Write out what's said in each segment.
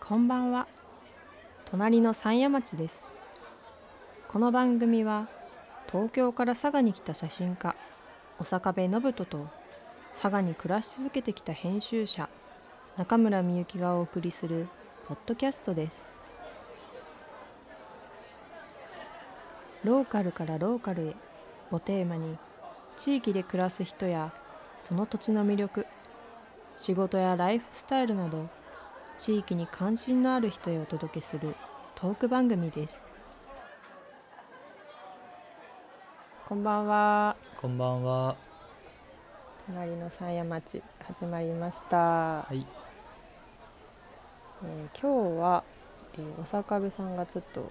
こんばんは隣の山谷町ですこの番組は東京から佐賀に来た写真家小坂部信人と佐賀に暮らし続けてきた編集者中村みゆきがお送りするポッドキャストですローカルからローカルへをテーマに地域で暮らす人やその土地の魅力仕事やライフスタイルなど地域に関心のある人へお届けするトーク番組ですこんばんはこんばんは。隣の山谷町始まりました、はい。えー今日は、えー、お坂部さんがちょっと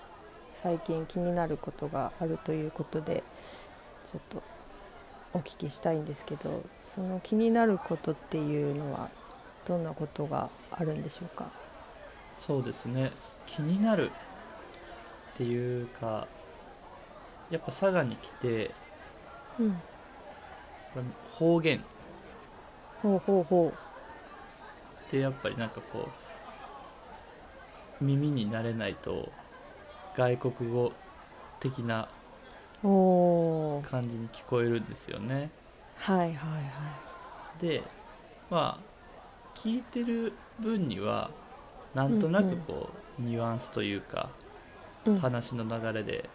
最近気になることがあるということでちょっとお聞きしたいんですけどその気になることっていうのはどんなことがあるんでしょうかそうですね。気になるっていうか、やっぱ佐賀に来てうんこれ方言っほうほうほてやっぱりなんかこう耳に慣れないと外国語的なうおー感じに聞こえるんですよね。はいはいはいで、まあ聞いてる分にはなんとなくこう、ニュアンスというかうん話の流れで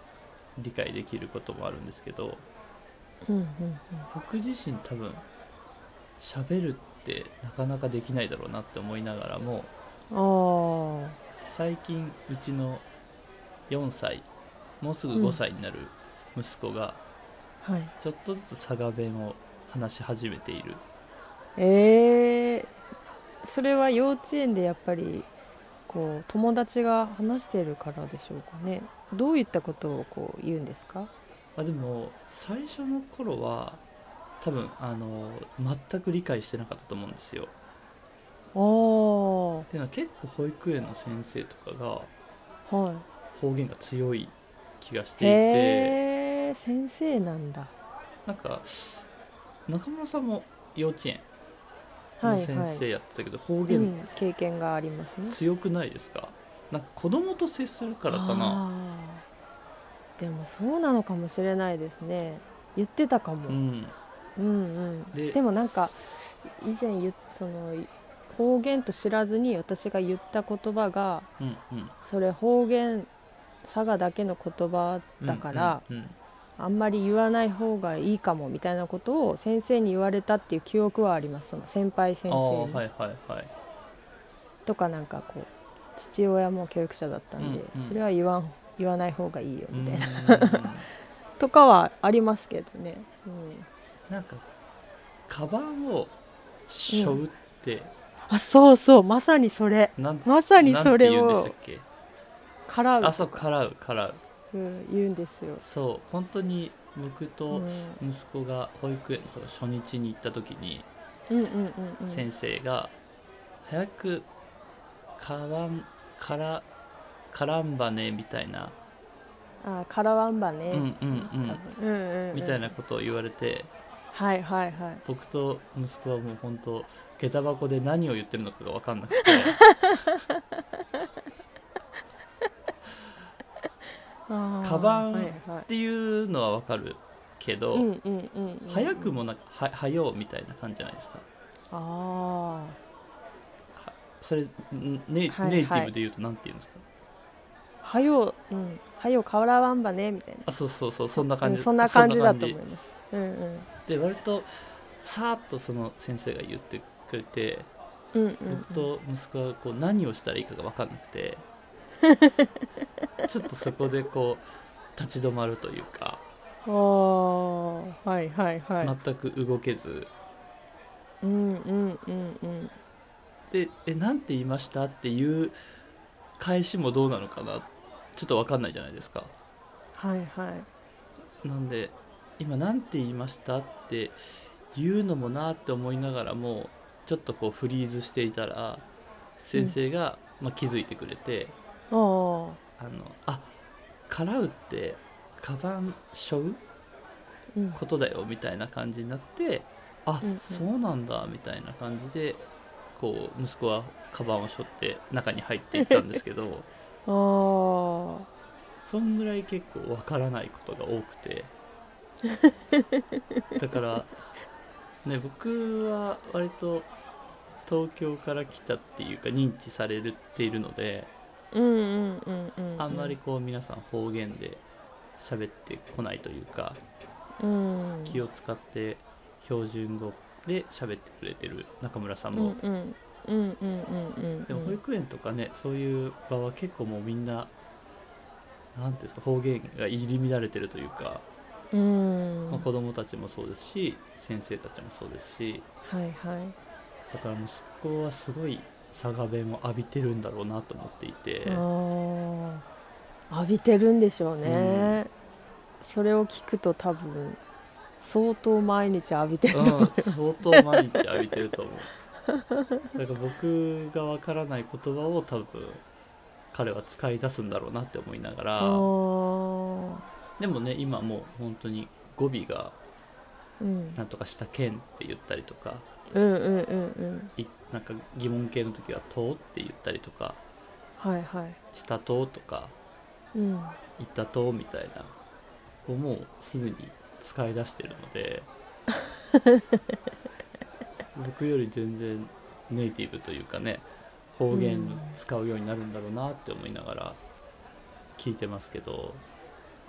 理解できることもあるんですけど。うんうん僕自身多分喋るってなかなかできないだろうなって思いながらもうんあ最近うちの4歳もうすぐうん5歳になる息子があはいちょっとずつ佐賀弁を話し始めているえー、それは幼稚園でやっぱりこう友達が話してるからでしょうかねどういったことをこう言うんですかあでも最初の頃は多分あの全く理解してなかったと思うんですよああはっていうのは結構保育園の先生とかが方言が強い気がしいていてへえ先生なんだなんか中村さんも幼稚園はのい先はい、生やってたけど、方う言ん、経験がありますね強くないですか、なんか子供と接するからかなあーでもそうなのかもしれないですね言ってたかも、うんうんうん、ででもなんか以前言っその方言と知らずに私が言った言葉がうんうんそれ方言佐賀だけの言葉だから、うんうんあんまり言わない方がいいかもみたいなことを先生に言われたっていう記憶はありますその先輩先ああ生に、はいはいはいとかなんかこう父親も教育者だったんで、うんうんそれは言わん言わない方がいいようみたいな、ーんとかはありますけどね、うん、なんかカバンをしょうって、あそうそうまさにそれなんまさにそれなんをて言うんでしたっからけあうそうからうからううん言うんですよ。そう本当に僕うん、うとん息子が保育園の初日に行った時に、うんうんうん。先生が早くからんからからんばねみたいな、あーカラワンバね。うんうんうん多分うんうんうん。みたいなことを言われてはいはいはい。僕と息子はもう本当下駄箱で何を言ってるのかが分かん なくてカカバンはいはいっていうのは分かるけど、うんうんうんうん、早くもなんかははようみたいな感じじゃないですかあそれんネイ,、はいはいネイティブで言うと何て言うんですかあはよう、うん、はよう変わらわんばねみたいなあそうそうそうそんな感じ、うん、そんな感じだとそん思ないますうんうん感じで割とさーっとその先生が言ってくれてうんうんうん僕と息子がこう何をしたらいいかが分かんな くてちょっとそこでこう立ち止まるというか、あーはいはいはい、全く動けずうんうんうんうんで「えなんて言いました?」っていう返しもどうなのかなちょっと分かんないじゃないですかはいはいなんで今「なんて言いました?」って言うのもなって思いながらもちょっとこうフリーズしていたら先生が、まあ、気づいてくれてあー「あのあからうってカバンしょう?」うんことだよみたいな感じになってあ、うんうんそうなんだみたいな感じでこう息子はカバンを背負って中に入っていったんですけ どあーそんぐらい結構わからないことが多く てだから、ね、僕は割と東京から来たっていうか認知されているのでうんうんうんうんうんあんまりこう皆さん方言で喋ってこないというかうん気を使って標準語で喋ってくれてる中村さんうんも、うんうんうんうんでうも保ん育園とかねそういう場は結構もうみんな何ていうんですか方言が入り乱れてるというか、うんまあ、子供たちもそうですし先生たちもそうですしはいはいだから息子はすごい佐賀弁を浴びてるんだろうなと思っていてああ浴びてるんでしょうね、それを聞くと多分相当毎日浴びてるうん、と思う、相当毎日浴びてると思う だから僕がわからない言葉を多分彼は使い出すんだろうなって思いながらでもね今もう本当に語尾がうん、うんなんとかしたけんって言ったりとかうんうんうんいなんか疑問形の時は「と」って言ったりとかはいはい「したと」とかうん「行ったと」みたいなをもうすでに使い出してるので僕より全然ネイティブというかね方言使うようになるんだろうなって思いながら聞いてますけど、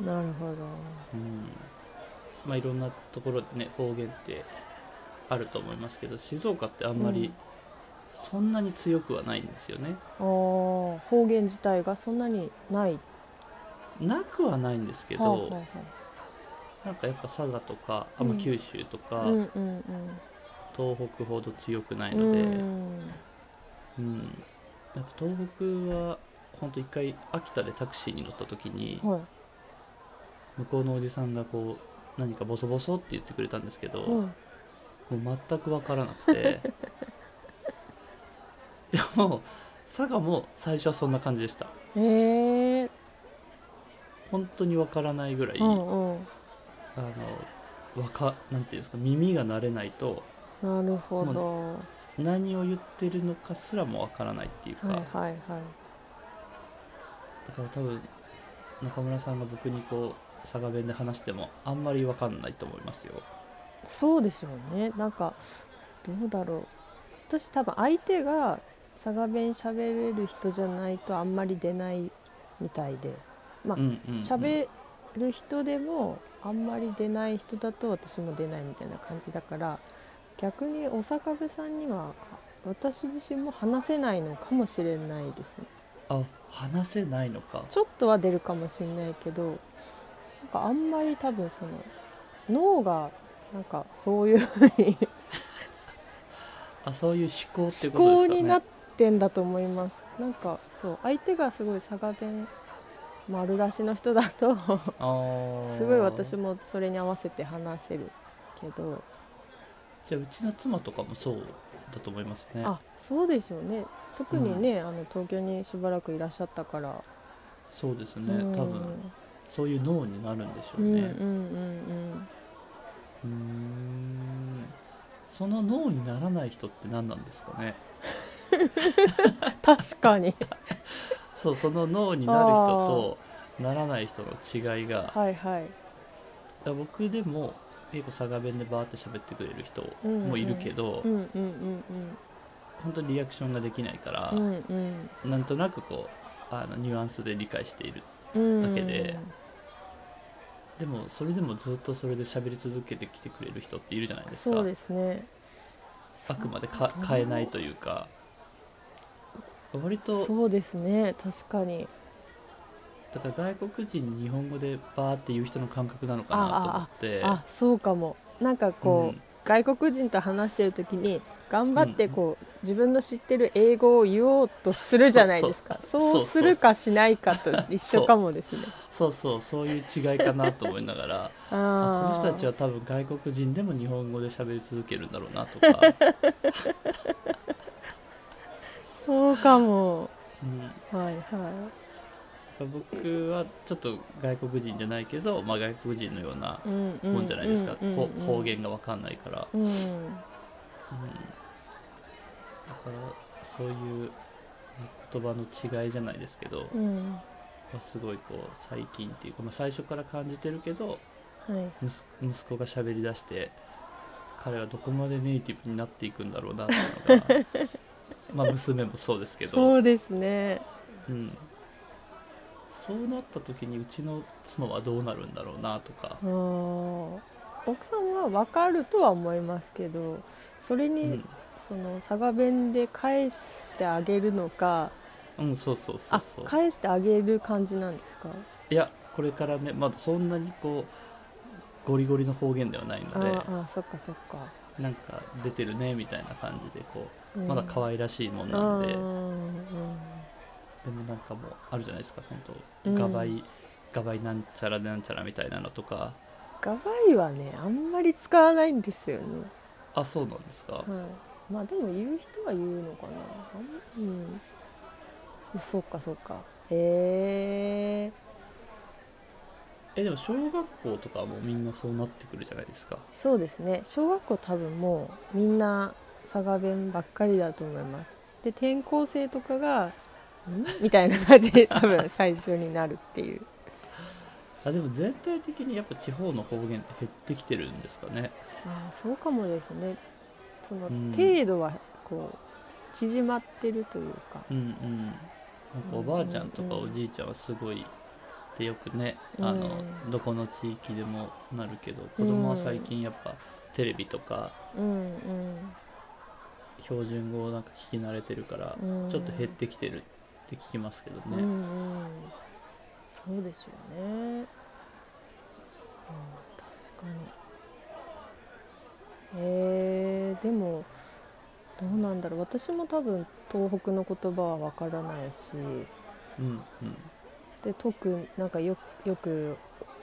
なるほどうん、まあいろんなところでね方言ってあると思いますけど静岡ってあんまうりんそんなに強くはないんですよね。あー方言自体がそんなにないなくはないんですけけはど、なんかやっぱ佐賀とかあんうまん九州とあか、はあうんうん東北ほど強くないうんので、ううんんやっぱ東北はほんと一回秋田でタクシーに乗った時にはい向こうのおじさんがこう何かボソボソって言ってくれたんですけど、はいもう全く分からなく てでも佐賀も最初はそんな感じでしたえー本当に分からないぐらい、うんうんあのわかなんていうんですか耳が慣れないとなるほど何を言ってるのかすらもわからないっていうか、はいはいはいだから多分中村さんが僕にこう佐賀弁で話してもあんまりわかんないと思いますよ。そうでしょうねなんかどうだろう私多分相手が佐賀弁喋れる人じゃないとあんまり出ないみたいであうんうんうん喋る人でもあんまり出ない人だと私も出ないみたいな感じだから逆にお坂部さんには私自身も話せないのかもしれないですねあ話せないのか。ちょっとは出るかもしれないけどなんかあんまり多分その脳がなんかそういうふうにあそういう思考って思いうことです考かね。になってんだと思います。なんかそう相手がすごい佐賀弁丸出しの人だ とあーすごい私もそれに合わせて話せるけど、じゃあうちの妻とかもそうだと思いますね。あそうでしょうね。特にね、あの東京にしばらくいらっしゃったから、そうですうね、ん、多分そういう脳になるんでしょううんうんうんね。 うーんその脳にならない人って何なんですかね。うん確かにそうその脳になる人とならない人の違いがはいはいいや僕でも結構佐賀弁でバーって喋ってくれる人うんうんもいるけど、うんうんうんうん本当にリアクションができないから、うんうんなんとなくこうあのニュアンスで理解しているうんだけででもそれでもずっとそれで喋り続けてきてくれる人っているじゃないですそかうですねあくまでか変えないというか割とそうですね確かにだから外国人に日本語でバーって言う人の感覚なのかなと思ってあそうかもなんかこう、うん外国人と話してる時に頑張ってこう、自分の知ってる英語を言おうとするじゃないですかそうそうそうするかしないかと一緒かもですねそうそうそういう違いかなと思いながらあ あこーの人たちは多分外国人でも日本語で喋り続けるんだろうな とか、そうかもうん、はいは、僕はちょっと外国人じゃないけど、まあ、外国人のようないうんうん、もんじゃないですか、うんうんほ方言が分かんないから、うんうん、からそういう言葉の違いじゃないですけど、うん、はすごいこう最近っていうか、まあ、最初から感じてるけどい息息子が喋り出して彼はどこまでネイティブになっていくんだろうなっていう のがまあ娘もそうですけどそうですねうん、そうなった時にうちの妻はどうなるんだろうなとかあ、ー奥さんは分かるとは思いますけどそれうに、んその佐賀弁で返してあげるのかうん、そうそうそうそうあ返してあげる感じなんですかいやこれからねまだそんなにこうゴリゴリの方言ではないあのーであーそっかそっか、なんか出てるねみたいな感じでこううんまだ可愛らしいもんなんで、あーうんでもなんかもうあるじゃないですか本う当んガバイ、ガバイなんちゃらなんちゃらみたいなのとかガバイはねあんまり使わないんですよね、あそうなんですか、はい、まあでも言う人は言うのかなあんうんまあそっかそっかへええでも小学校とかはもうみんなそうなってくるじゃないですかそうですね小学校多分もうみんな佐賀弁ばっかりだと思いますで転校生とかが「ん?」みたいな感じ で多分最初になるっていうあでも全体的にやっぱ地方の方言って減ってきてるんですかねああそうかもですねそのうん程度はこう縮まってるというかうんうんなんかおばあちゃんうとかんうんおうんじいちゃんはすごいってよくね、あのうどこの地域でもなるけど子供は最近やっぱテレビとかうん標準語をなんか聞き慣れてるからうんうんちょっと減ってきてるって聞きますけどうんね、うん、そうですよね、うん、確かにえー、でもどうなんだろう私も多分東北の言葉はわからないしうん、うんうんで特なんかよよく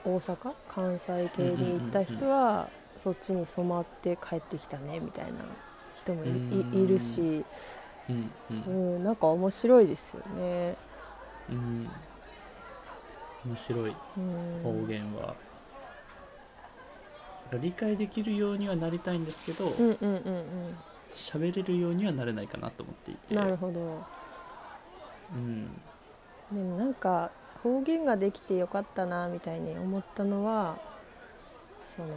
大阪関西系に行った人は、そっちに染まって帰ってきたねみたいな人もいうんいいるし、うんううんん、なんか面白いですよね。うん面白ういん、方言は、理解できるようにはなりたいんですけどうんうんうんうん喋、れるようにはなれないかなと思っていてなるほどうんでもなんか方言ができてよかったなみたいに思ったのはその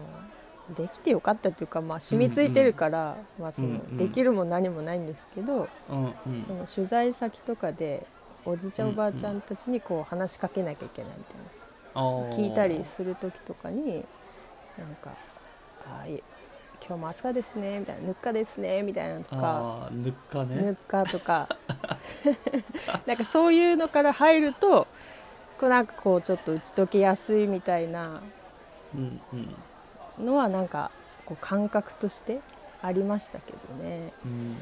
できてよかったというか、まあ、染みついてるから、まあ、そのうんうんできるも何もないんですけど、うんその取材先とかでおじいちゃんうおんばあちゃんたちにこう話しかけなきゃいけないみたいな。うん、聞いたりあする時とかになんか「あーい今日も暑かですね」みたいな「ぬっかですね」みたいなのとーかあーぬっか「ぬねっか」とか なんかそういうのから入るとこうなんかこうちょっと打ち解けやすいみたいなうんうんのはなんかこう感覚としてありましたけどね。うん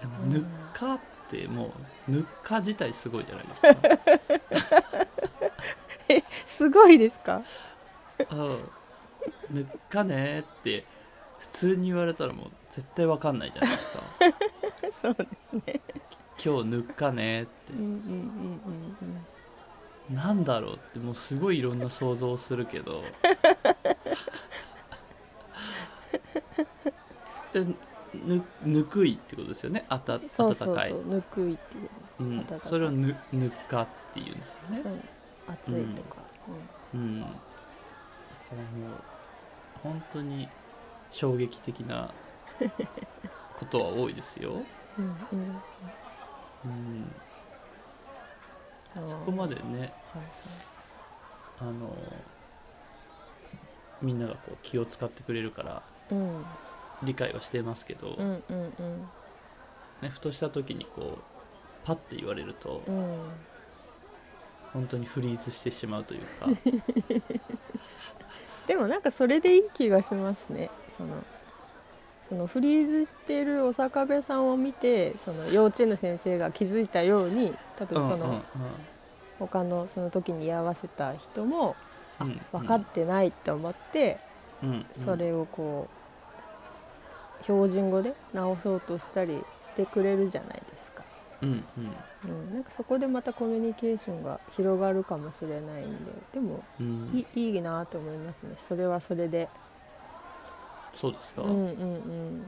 でもうんぬっかってもうぬっか自体すごいじゃないですかすごいですか うんぬっかねって普通に言われたらもう絶対わかんないじゃないですかそうですね。今日ぬっかねってうんうんうんうんうんなんだろうってもうすごいいろんな想像をするけど でぬぬくいってことですよねあた温かいそうそうそう、ぬくいっていううんんです。温かいそれをぬぬっかっていうんですよねそう暑いとか、うんだからもう本当に衝撃的なことは多いですよ、うんうんうん うん、あーそこまでねはいあのみんながこう気を使ってくれるからうん理解はしてますけど、うんうんうんね、ふとした時にこうパッて言われるとうん本当にフリーズしてしまうというかでもなんかそれでいい気がしますねそのそのフリーズしてるお坂部さんを見てその幼稚園の先生が気づいたように多分 その、うんうん他のその時に居合わせた人もうんうん分かってないって思って、うんうんそれをこう標準語で直そうとしたりしてくれるじゃないですか。うんうんうん、なんかそこでまたコミュニケーションが広がるかもしれないんででもうんい,、いいなと思いますねそれはそれでそうですか、うんうんうん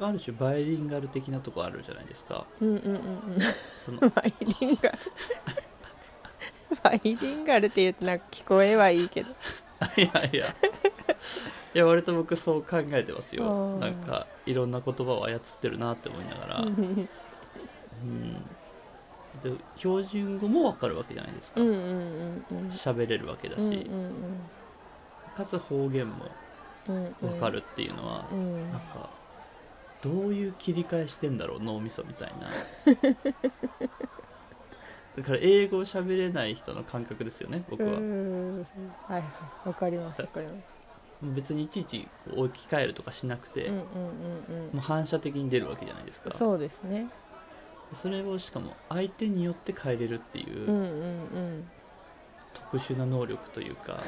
ある種バイリンガル的なとこあるじゃないですかうんうんうんうん そのバイリンガルバイリンガルって言うとなんか聞こえはいいけどいやいやいや割と僕そう考えてますあよーなんかいろんな言葉を操ってるなって思いながら、うんうんうん、で標準語もわかるわけじゃないですかうんうんうん喋、れるわけだし、うんうんかつ方言もうんうんわかるっていうのはう、んなんかどういう切り替えしてんだろう脳みそみたい なだから英語を喋れない人の感覚ですよね僕うは、んはいはいわかりますわかります別にいちいちこう置き換えるとかしなくて、うんうもんうんううん反射的に出るわけじゃないですかそうですねそれをしかも相手によって変えれるっていう、うんうんうん特殊な能力というか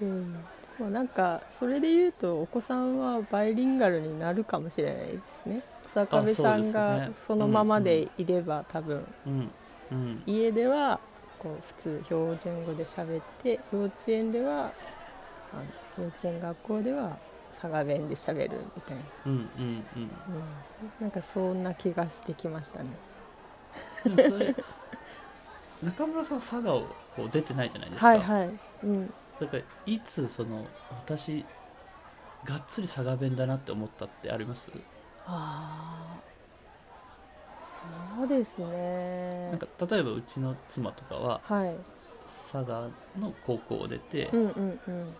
うん、でもなんかそれで言うとお子さんはバイリンガルになるかもしれないですね草壁さんそうですがねそのままでいれば、多分うんうん家ではこう普通標準語で喋って幼稚園ではあの幼稚園学校では佐賀弁で喋るみたいな、うんうんうんうん、なんかそんな気がしてきましたねでもそれ中村さん佐賀をこう出てないじゃないですか、はいはいうんだからいつその私がっつり佐賀弁だなって思ったってありますあーそうですねなんか例えばうちの妻とかははい佐賀の高校を出て、うんうんうん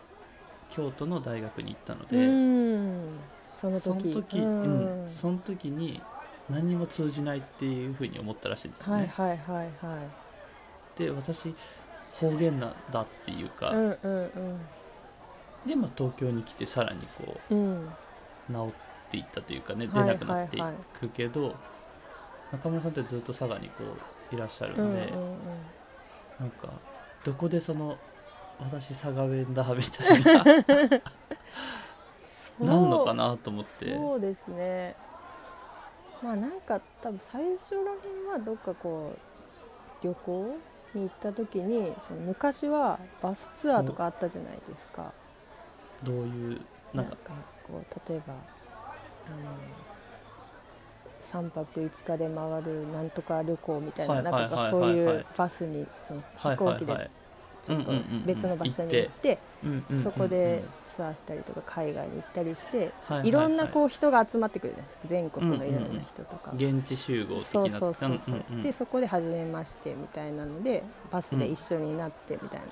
京都の大学に行ったのうで、んそのその時時、ううんんその時に何にも通じないっていうふうに思ったらしいんですよね。はいはいはいはで私方言なんだっていうか、いうんうんうんで、まあ、東京に来てさらにこうんう治っていったというかね出はいなくなっていはいはいくけど、中村さんってずっと佐賀にこういらっしゃるうんんで、うんなんかどこでその私佐賀弁だみたい なそうなんのかなと思ってそうですねまあなんか多分最初らへんはどっかこう旅行に行った時にその昔はバスツアーとかあったじゃないですか、どういうなんかこう例えばあの3泊5日で回るなんとか旅行みたいな,、はいはいはいなんかそういはいはういバスにそのは飛いは行い機はでいちょっとうんうんうんうん別の場所に行行っってうんうんそこでツアーしたりとか海外に行ったりしてうんうんいろんなはこう人が集まってくるじゃないですか全国のいろうんうんんうなん人とか。いはい現地集合的なそうそうそうそう、んんんでそこで初めましてみたいなのでバスで一緒になってみたいな、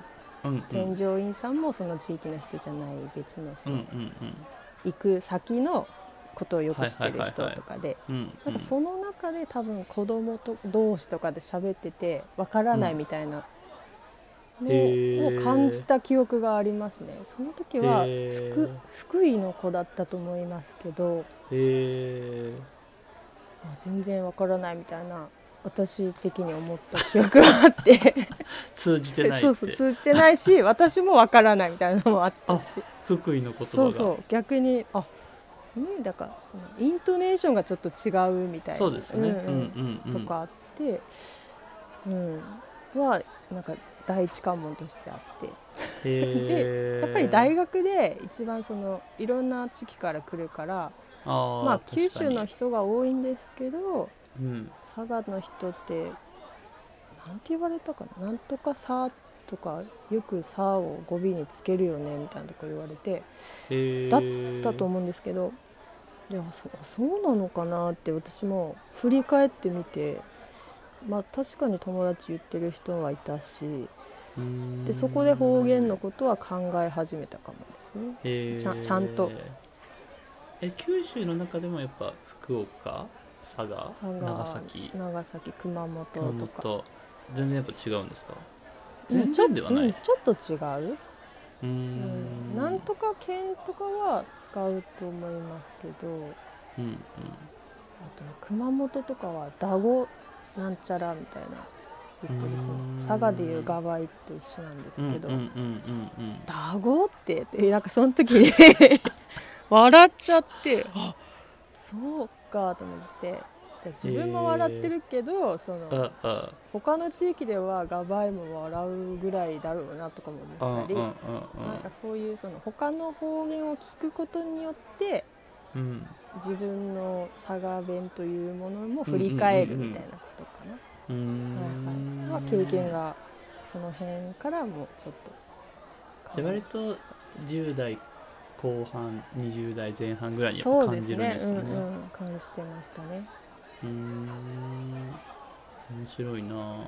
うんうん添乗員さんもその地域の人じゃない別のそうんうのん行く先のことをよく知ってる人とかで、うんうんなんかその中で多分子供と同士とかで喋っててわからないみたいなんのへーをを感じた記憶がありますね。その時はへー福福井の子だったと思いますけど、へえあ全然わからないみたいな。私的に思った記憶があ って通じてないってそうそう通じてない し私もわからないみたいなのもあったし福井の言葉がそうそう逆にあうんだからそのイントネーションがちょっと違うみたいなそうですねうんんうんうんうんとかあって、うんはなんか第一関門としてあってへえやっぱり大学で一番そのいろんな地域から来るからあーまあ確かに九州の人が多いんですけどうん佐賀の人ってなんて言われたかななんとかさとかよく「さ」を語尾につけるよねみたいなとこ言われて。へえだだと思うんですけどいやそそうなのかなって私も振り返ってみてまあ確かに友達言ってる人はいたしうんでそこで方言のことは考え始めたかもですね。へーちゃんちゃんとえ九州の中でもやっぱ福岡佐賀佐賀長崎長崎熊本熊とか本全然やっぱ違うんですかう全んちょ然ではなういん、ちょっと違う、うーうんん、なんとか県とかは使うと思いますけどうんうんあとね熊本とかは「だごなんちゃら」みたいな言ってですねうん佐賀でいう「がばい」と一緒なんですうんうんけどうんうんう「んだご」って ってなんかその時に 笑っちゃってあそうかと思ってじゃあ自分も笑ってるけど、そのああ他の地域ではガバイも笑うぐらいだろうなとかもあうん思うっんたり、うんなんかそういうその他の方言を聞くことによってうんうん自分の佐賀弁というものも振り返るみたいなことかな。うはいはーんい、は経験がその辺からもちょっとじゃあ割と10代後半20代前半ぐらいにやっぱ感じるんですねそうですね、うんうん、感じてましたねうーん面白いな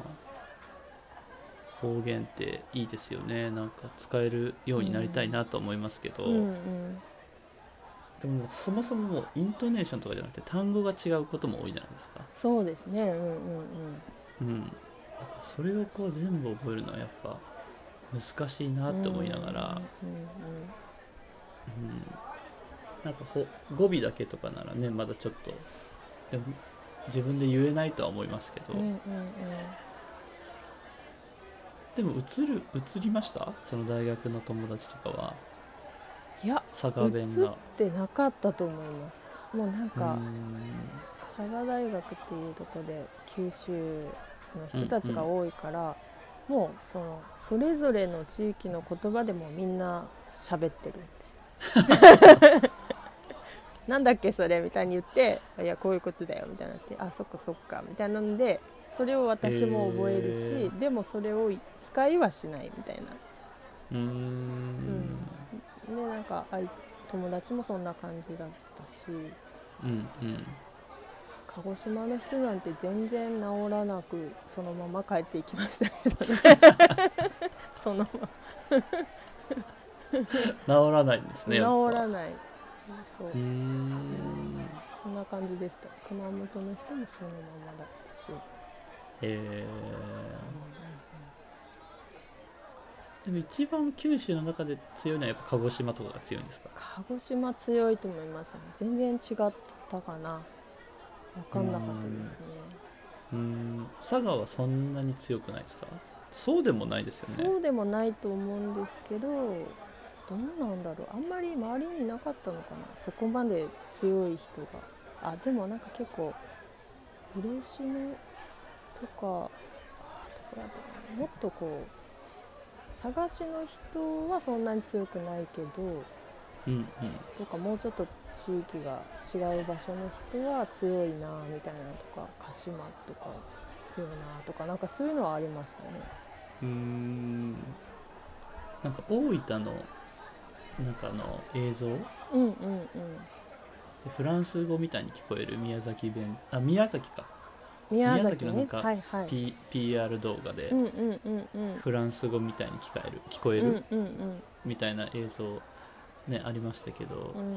方言っていいですよねなんか使えるようになりたいなと思いますけど、うんうんでもそもそももうイントネーションとかじゃなくて単語が違うことも多いじゃないですかそうですねうんうんうんなんかそれをこう全部覚えるのはやっぱ難しいなうんって思いながら、うんうんうんなんかほ語尾だけとかならねまだちょっとでも自分で言えないとは思いますけど、うんうんうんうんでも映る映りましたその大学の友達とかはいや佐賀弁映っがてなかったと思いますもうなんうかーん佐賀大学っていうとこで九州の人たちが多いから、もうそのそれぞれの地域の言葉でもみんな喋って るみたいななんだっけそれみたいに言って「いやこういうことだよ」みたいになって「あそっかそっか」みたいなんでそれを私も覚えるし、へーでもそれを使いはしないみたいなうーんでなんかあい友達もそんな感じだったし。うんうん鹿児島の人なんて全然治らなくそのまま帰っていきましたけどね そのま治らないんですまねやっぱ治らないそううーんそんな感じでした熊本の人もそのままだったし、えー、でも一番九州の中で強いのはやっぱ鹿児島とかが強いんですか鹿児島強いと思いますね全然違ったかな分かんなかったですねうーん佐賀はそんなに強くないですかそうでもないですよねそうでもないと思うんですけどどうなんだろうあんまり周りにいなかったのかなそこまで強い人があでもなんか結構嬉野とかあどこだったかなもっとこう探しの人はそんなに強くないけどうんうんとかもうちょっと地域が違う場所の人は強いなみたいなとか鹿島とか強いなとかなんかそういうのはありましたね。うーんなんか大分のなんかあの映像でうんうんうんフランス語みたいに聞こえる宮崎弁あ宮崎か、宮宮崎崎のなねんかはいはい、 P、PR 動画でうんうんうんうんフランス語みたいに聞かえる聞こえうるんうんみたいな映像ねありましたけどうん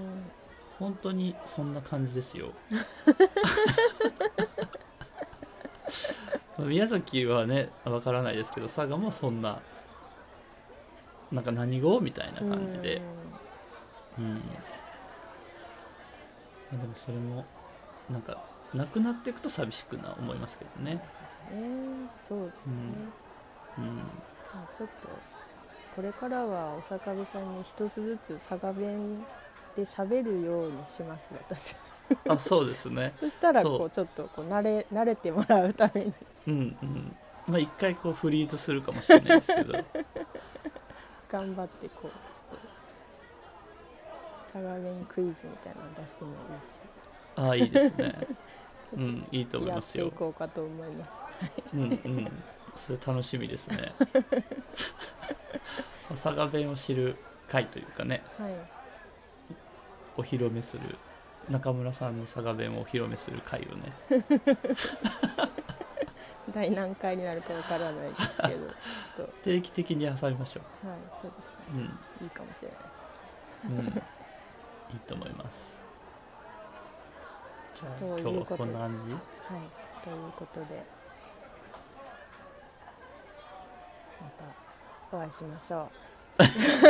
本当にそんな感じです よ宮崎はねわからないですけど佐賀もそんななんか何語みたいなうん感じで、うんまあ、でもそれもなんかなくなっていくと寂しくな思いますけどね、うんねそうですね、うんうん、じゃあちょっとこれからはお坂部さんに一つずつ佐賀弁で喋るようにします私はあそうですね そしたらそうこうちょっとこう慣れ慣れてもらうためにうんうんまあ一回こうフリーズするかもしれないですけど頑張ってこうちょっと佐賀弁クイズみたいなの出してもいいしああいいですねちうょっんいいと思といやまっすていよこうかと思います。うんうんそれ楽しみで すね佐賀弁を知る会というかねはいお披露目する中村さんの佐賀弁をお披露目する会をね第何回になるかわからないですけど ちょっ定期的に挟みましょとはいそうですねううんいいかもしれないですうん、いいと思います。じゃあと今いう日はことこんな感じ はいということでまたお会いしましょ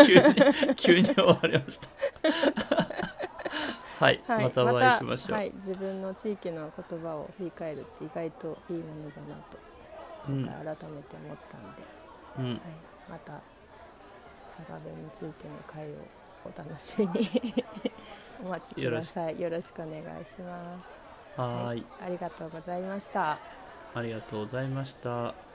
急に急に終わりま した。はい、う、はい、またお会いしましょう。たはい、自分の地域の言葉を振り返るって意外といいものだなとうん、今回改めて思ったんで、うん、はい、また佐賀弁についての回を お楽しみにお待ちくださいよろしくお願いしますはーい、ありがとうございました。ありがとうございました。